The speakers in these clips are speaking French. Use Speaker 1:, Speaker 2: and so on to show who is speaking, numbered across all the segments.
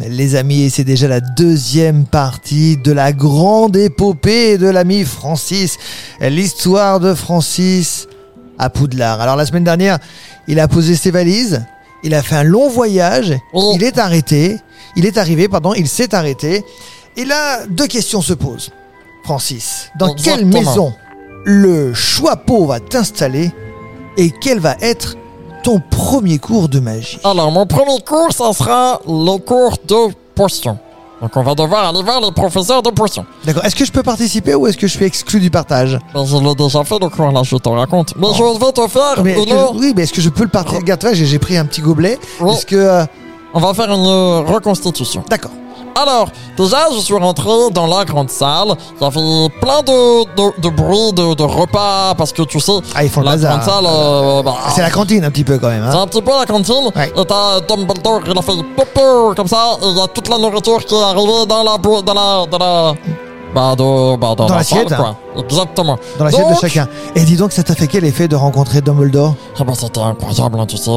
Speaker 1: Les amis, c'est déjà la deuxième partie de la grande épopée de l'ami Francis. L'histoire de Francis à Poudlard. Alors la semaine dernière, il a posé ses valises, il a fait un long voyage,
Speaker 2: Oh.
Speaker 1: il est arrêté, il est arrivé, pardon, il s'est arrêté. Et là, deux questions se posent. Francis, dans quelle
Speaker 2: Exactement.
Speaker 1: maison le choix-pot va t'installer et quel va être ton premier cours de magie
Speaker 2: Alors, mon premier cours, ça sera le cours de potions. Donc, on va devoir aller voir les professeurs de potions.
Speaker 1: D'accord. Est-ce que je peux participer ou est-ce que je suis exclu du partage
Speaker 2: Mais je l'ai déjà fait, le cours, là, je te raconte. Mais je vais te faire
Speaker 1: Oh. Mais est-ce que
Speaker 2: une...
Speaker 1: je- Oui, mais est-ce que je peux le partager Regarde, tu vois, j'ai j'ai pris un petit gobelet.
Speaker 2: Oh.
Speaker 1: Est-ce que euh,
Speaker 2: On va faire une euh, reconstitution.
Speaker 1: d'accord
Speaker 2: Alors, déjà, je suis rentré dans la grande salle. Il y avait plein de, de, de bruit, de, de repas, parce que tu sais,
Speaker 1: Ah, ils font le
Speaker 2: la
Speaker 1: bazar.
Speaker 2: grande salle, euh, bah,
Speaker 1: C'est la cantine un petit peu quand même.
Speaker 2: c'est
Speaker 1: Hein
Speaker 2: un petit peu la cantine. euh,
Speaker 1: Ouais.
Speaker 2: Et t'as Dumbledore, il a fait popo comme ça. et Il y a toute la nourriture qui est arrivée dans la. bou- Dans la. Dans la. Bah, de, bah, dans,
Speaker 1: Dans
Speaker 2: la
Speaker 1: l'assiette, hein?
Speaker 2: salle, quoi. Exactement.
Speaker 1: dans l'assiette de
Speaker 2: Donc,
Speaker 1: chacun. Et dis donc, ça t'a fait quel effet de rencontrer Dumbledore
Speaker 2: Ah, bah, c'était incroyable, hein, tu sais.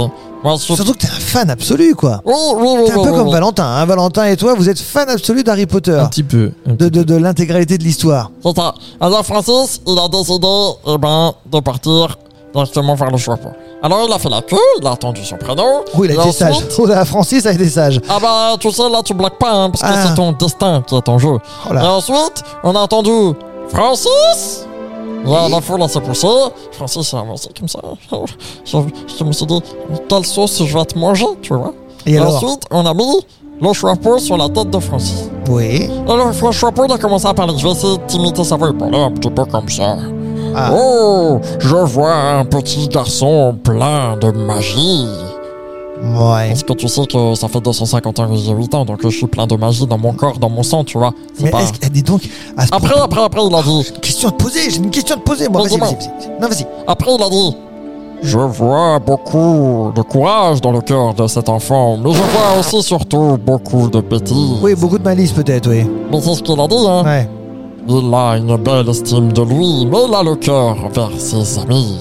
Speaker 2: Moi, je suis.
Speaker 1: Surtout que t'es un fan absolu, quoi.
Speaker 2: Oui, oui, oui.
Speaker 1: T'es un
Speaker 2: oui,
Speaker 1: peu
Speaker 2: oui,
Speaker 1: comme
Speaker 2: oui.
Speaker 1: Valentin. Hein. Valentin et toi, vous êtes fan absolu d'Harry Potter,
Speaker 3: Un petit peu. un
Speaker 1: de,
Speaker 3: petit
Speaker 1: de, de l'intégralité de l'histoire.
Speaker 2: C'est ça. Alors Francis, il a décidé, eh ben, de partir directement vers le chapeau. Alors il a fait la queue, il a attendu son prénom.
Speaker 1: Oui, il
Speaker 2: et
Speaker 1: a été sage.
Speaker 2: ensuite-
Speaker 1: Oh là, Francis a été sage.
Speaker 2: Ah bah tu sais, là tu blagues pas, hein, parce que
Speaker 1: Ah.
Speaker 2: c'est ton destin qui est en jeu.
Speaker 1: Oh
Speaker 2: Et
Speaker 1: là.
Speaker 2: ensuite, on a entendu Francis Là, la foule elle s'est poussée. Francis a avancé comme ça. Je, je me suis dit, quelle sauce je vais te manger, tu vois.
Speaker 1: Et alors
Speaker 2: ensuite, on a mis le chapeau sur la tête de Francis.
Speaker 1: Oui.
Speaker 2: Alors, François Paul a commencé à parler. Je vais essayer d'imiter sa voix. Il parlait un petit peu comme ça.
Speaker 1: Ah.
Speaker 2: Oh, je vois un petit garçon plein de magie.
Speaker 1: Ouais.
Speaker 2: Parce que tu sais que ça fait 250 ans que j'ai 8 ans, donc je suis plein de magie dans mon corps, dans mon sang, tu vois. C'est
Speaker 1: Mais
Speaker 2: pas-
Speaker 1: est-ce que- eh, dis donc, à ce
Speaker 2: Après, après, après, il a dit.
Speaker 1: question à te poser, j'ai une question à te poser, moi.
Speaker 2: Mais
Speaker 1: Vas-y,
Speaker 2: dis-moi.
Speaker 1: vas-y, vas-y. Non, vas-y.
Speaker 2: Après, il a dit. Je vois beaucoup de courage dans le cœur de cet enfant, mais je vois aussi surtout beaucoup de bêtises.
Speaker 1: Oui, beaucoup de malice peut-être, oui.
Speaker 2: Mais c'est ce qu'il a dit, hein.
Speaker 1: Ouais.
Speaker 2: Il a une belle estime de lui, mais il a le cœur vers ses amis.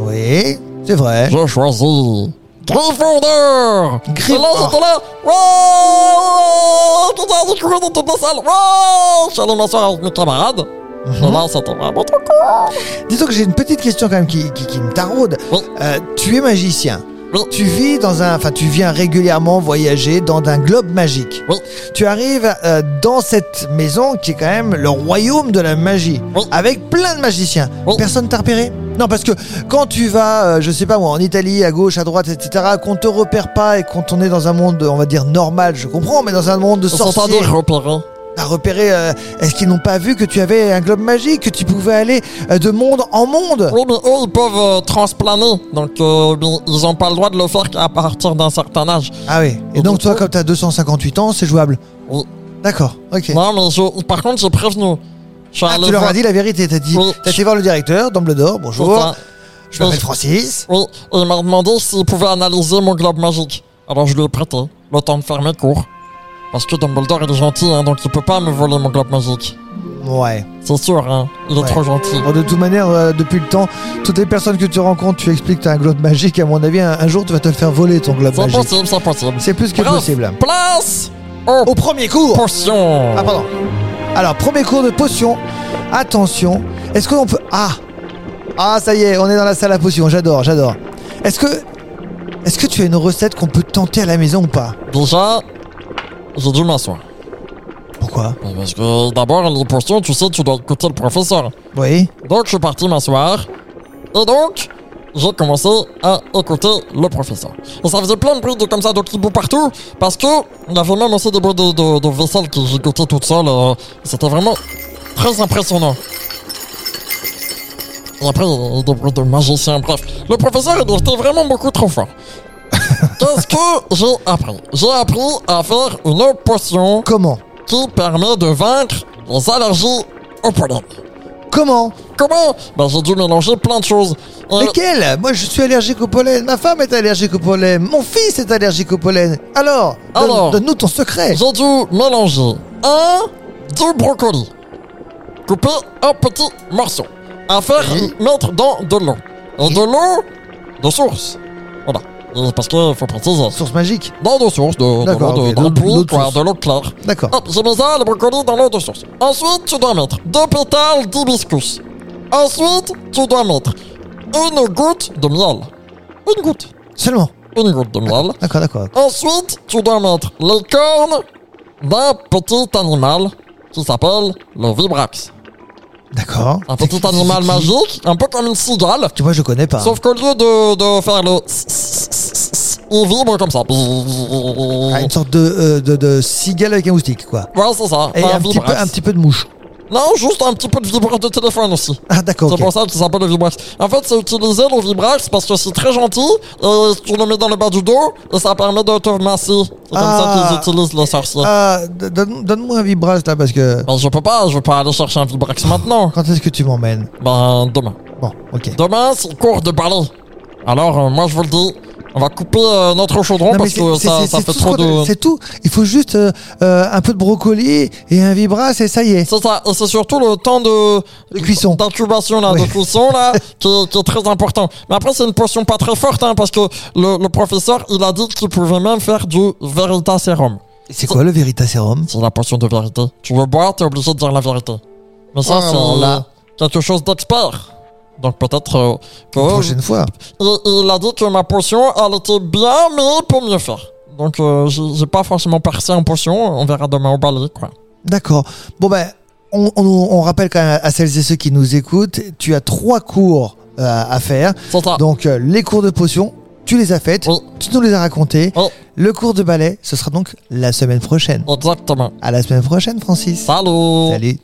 Speaker 1: Oui, c'est vrai.
Speaker 2: Je choisis Gryffondor
Speaker 1: Gryffondor.
Speaker 2: Et là, j'étais là Wouah Tout ça, j'ai couru dans toute la salle Wouah Je suis allé m'asseoir avec mes camarades
Speaker 1: Mhm.
Speaker 2: Et là, c'était vraiment trop cool
Speaker 1: Dis donc, j'ai une petite question quand même qui, qui, qui me taraude.
Speaker 2: Oui.
Speaker 1: Euh, tu es magicien.
Speaker 2: Oui.
Speaker 1: Tu vis dans un. Enfin, tu viens régulièrement voyager dans un globe magique.
Speaker 2: Oui.
Speaker 1: Tu arrives euh, dans cette maison qui est quand même le royaume de la magie.
Speaker 2: Oui.
Speaker 1: Avec plein de magiciens.
Speaker 2: Oui.
Speaker 1: Personne t'a repéré Non, parce que quand tu vas, euh, je sais pas moi, en Italie, à gauche, à droite, etc., qu'on te repère pas et quand on est dans un monde, on va dire normal, je comprends, mais dans un monde de
Speaker 2: Ils sont
Speaker 1: sorciers.
Speaker 2: allés repérer
Speaker 1: À repérer, euh, est-ce qu'ils n'ont pas vu que tu avais un globe magique, que tu pouvais aller euh, de monde en monde
Speaker 2: Oui, mais eux, ils peuvent euh, transplaner Donc, euh, mais ils n'ont pas le droit de le faire qu'à partir d'un certain âge
Speaker 1: Ah oui. Et donc toi, comme t'as 258 ans, c'est jouable.
Speaker 2: Oui.
Speaker 1: D'accord. Ok.
Speaker 2: Non, mais je- par contre, j'ai prévenu Je suis
Speaker 1: Ah,
Speaker 2: allé
Speaker 1: tu leur
Speaker 2: voir-
Speaker 1: as dit Oh, la vérité. T'as dit.
Speaker 2: Oui.
Speaker 1: T'as été voir le directeur, Dumbledore.
Speaker 2: C'est
Speaker 1: Bonjour.
Speaker 2: ça.
Speaker 1: Je m'appelle
Speaker 2: Oui.
Speaker 1: Francis.
Speaker 2: Oui, et il m'a demandé s'il pouvait analyser mon globe magique. Alors je lui ai prêté, le temps de faire mes cours. Parce que Dumbledore il est gentil, hein, donc il peut pas me voler mon globe magique.
Speaker 1: Ouais.
Speaker 2: C'est sûr, hein, il est
Speaker 1: Ouais.
Speaker 2: trop gentil.
Speaker 1: Bon, de toute manière, euh, depuis le temps, toutes les personnes que tu rencontres, tu expliques que t'as un globe magique. À mon avis, un, un jour, tu vas te le faire voler ton globe
Speaker 2: C'est
Speaker 1: magique.
Speaker 2: possible, c'est possible.
Speaker 1: C'est plus que
Speaker 2: Bref,
Speaker 1: possible.
Speaker 2: Place aux
Speaker 1: Au premier cours.
Speaker 2: potions
Speaker 1: Ah pardon. Alors premier cours de potion. Attention. Est-ce qu'on peut Ah Ah ça y est, on est dans la salle à potion. J'adore, j'adore. Est-ce que est-ce que tu as une recette qu'on peut tenter à la maison ou pas
Speaker 2: Déjà, j'ai dû m'asseoir.
Speaker 1: Pourquoi
Speaker 2: Parce que d'abord, les potions, tu sais, tu dois écouter le professeur.
Speaker 1: Oui.
Speaker 2: Donc je suis parti m'asseoir. Et donc, j'ai commencé à écouter le professeur. Et ça faisait plein de bruits de, comme ça de kibou partout. Parce que il y avait même aussi des bruits de, de, de vaisselle que j'écoutais toute seule. euh, C'était vraiment très impressionnant. Et après, il y a des bruits de magicien. Bref, le professeur, il était vraiment beaucoup trop fort. Qu'est-ce que j'ai appris J'ai appris à faire une potion
Speaker 1: Comment
Speaker 2: qui permet de vaincre les allergies au pollen.
Speaker 1: Comment
Speaker 2: Comment Bah j'ai dû mélanger plein de choses. Euh,
Speaker 1: Lesquelles Moi je suis allergique au pollen, ma femme est allergique au pollen, mon fils est allergique au pollen. Alors, donne-
Speaker 2: Alors.
Speaker 1: donne-nous ton secret.
Speaker 2: j'ai dû mélanger un du brocoli, coupé en petits morceaux, à faire
Speaker 1: Oui.
Speaker 2: mettre dans de l'eau. Et de l'eau de source. Voilà. Euh, Parce qu'il faut préciser.
Speaker 1: Source magique
Speaker 2: Dans deux sources, de, de,
Speaker 1: D'accord,
Speaker 2: l'eau de,
Speaker 1: ok,
Speaker 2: de
Speaker 1: dans
Speaker 2: l'eau de pluie,
Speaker 1: l'autre
Speaker 2: quoi,
Speaker 1: source.
Speaker 2: de l'eau claire.
Speaker 1: D'accord.
Speaker 2: Hop, j'ai mis ça, les brocolis dans l'eau de source. Ensuite, tu dois mettre deux pétales d'hibiscus. Ensuite, tu dois mettre une goutte de miel. Une goutte.
Speaker 1: Seulement.
Speaker 2: Une goutte de miel.
Speaker 1: D'accord, d'accord.
Speaker 2: Ensuite, tu dois mettre les cornes d'un petit animal qui s'appelle le vibrax.
Speaker 1: D'accord.
Speaker 2: Un petit animal magique, un peu comme une cigale,
Speaker 1: Tu vois, je connais pas.
Speaker 2: sauf qu'au lieu de, de faire le... Il vibre comme ça.
Speaker 1: Ah, une
Speaker 2: Ouais,
Speaker 1: sorte de, euh, de, de cigale avec un moustique, quoi.
Speaker 2: c'est ça.
Speaker 1: Et un petit, peu,
Speaker 2: vibrax.
Speaker 1: un petit peu de mouche.
Speaker 2: Non, juste un petit peu de vibrax de téléphone aussi.
Speaker 1: Ah, d'accord.
Speaker 2: C'est
Speaker 1: ok.
Speaker 2: pour ça que ça s'appelle le Vibrax. En fait, c'est utilisé le Vibrax parce que c'est très gentil. Et tu le mets dans le bas du dos et ça permet de te masser. C'est comme
Speaker 1: Ah.
Speaker 2: ça qu'ils utilisent les sorciers.
Speaker 1: Ah, d- donne- donne-moi un vibrage là parce que.
Speaker 2: Ben, je peux pas, je peux pas aller chercher un Vibrax maintenant.
Speaker 1: Quand est-ce que tu m'emmènes
Speaker 2: Ben, demain.
Speaker 1: Bon, ok.
Speaker 2: Demain, c'est cours de balai. Alors, euh, moi, je vous le dis, on va couper euh, notre chaudron
Speaker 1: Non, mais
Speaker 2: parce
Speaker 1: c'est-
Speaker 2: que
Speaker 1: c'est-
Speaker 2: ça,
Speaker 1: c'est-
Speaker 2: ça
Speaker 1: c'est
Speaker 2: fait
Speaker 1: tout ce
Speaker 2: trop
Speaker 1: qu'on a-
Speaker 2: de...
Speaker 1: C'est tout. Il faut juste euh, euh, un peu de brocoli et un vibras et ça y est.
Speaker 2: C'est ça, et c'est surtout le temps de...
Speaker 1: De cuisson.
Speaker 2: D'incubation, là,
Speaker 1: Oui.
Speaker 2: de cuisson, là, qui, qui est très important. Mais après, c'est une potion pas très forte, hein, parce que le, le professeur, il a dit qu'il pouvait même faire du Veritaserum.
Speaker 1: C'est quoi le Veritaserum
Speaker 2: C'est la potion de vérité. Tu veux boire, t'es obligé de dire la vérité. Mais ça,
Speaker 1: Oh
Speaker 2: c'est
Speaker 1: là.
Speaker 2: quelque chose d'expert. Donc peut-être euh, que...
Speaker 1: La prochaine fois.
Speaker 2: Il, il a dit que ma potion, elle était bien, mais pour mieux faire. Donc, euh, j'ai j'ai pas forcément percé en potion. On verra demain au balai, quoi.
Speaker 1: D'accord. Bon ben, on, on- on rappelle quand même à celles et ceux qui nous écoutent, tu as trois cours euh, à faire.
Speaker 2: C'est ça.
Speaker 1: Donc euh, les cours de potion, tu les as faites,
Speaker 2: Oui. Oh,
Speaker 1: tu nous les as racontés.
Speaker 2: Oui.
Speaker 1: Le cours de ballet, ce sera donc la semaine prochaine.
Speaker 2: Exactement.
Speaker 1: À la semaine prochaine, Francis.
Speaker 2: Salut.
Speaker 1: Salut.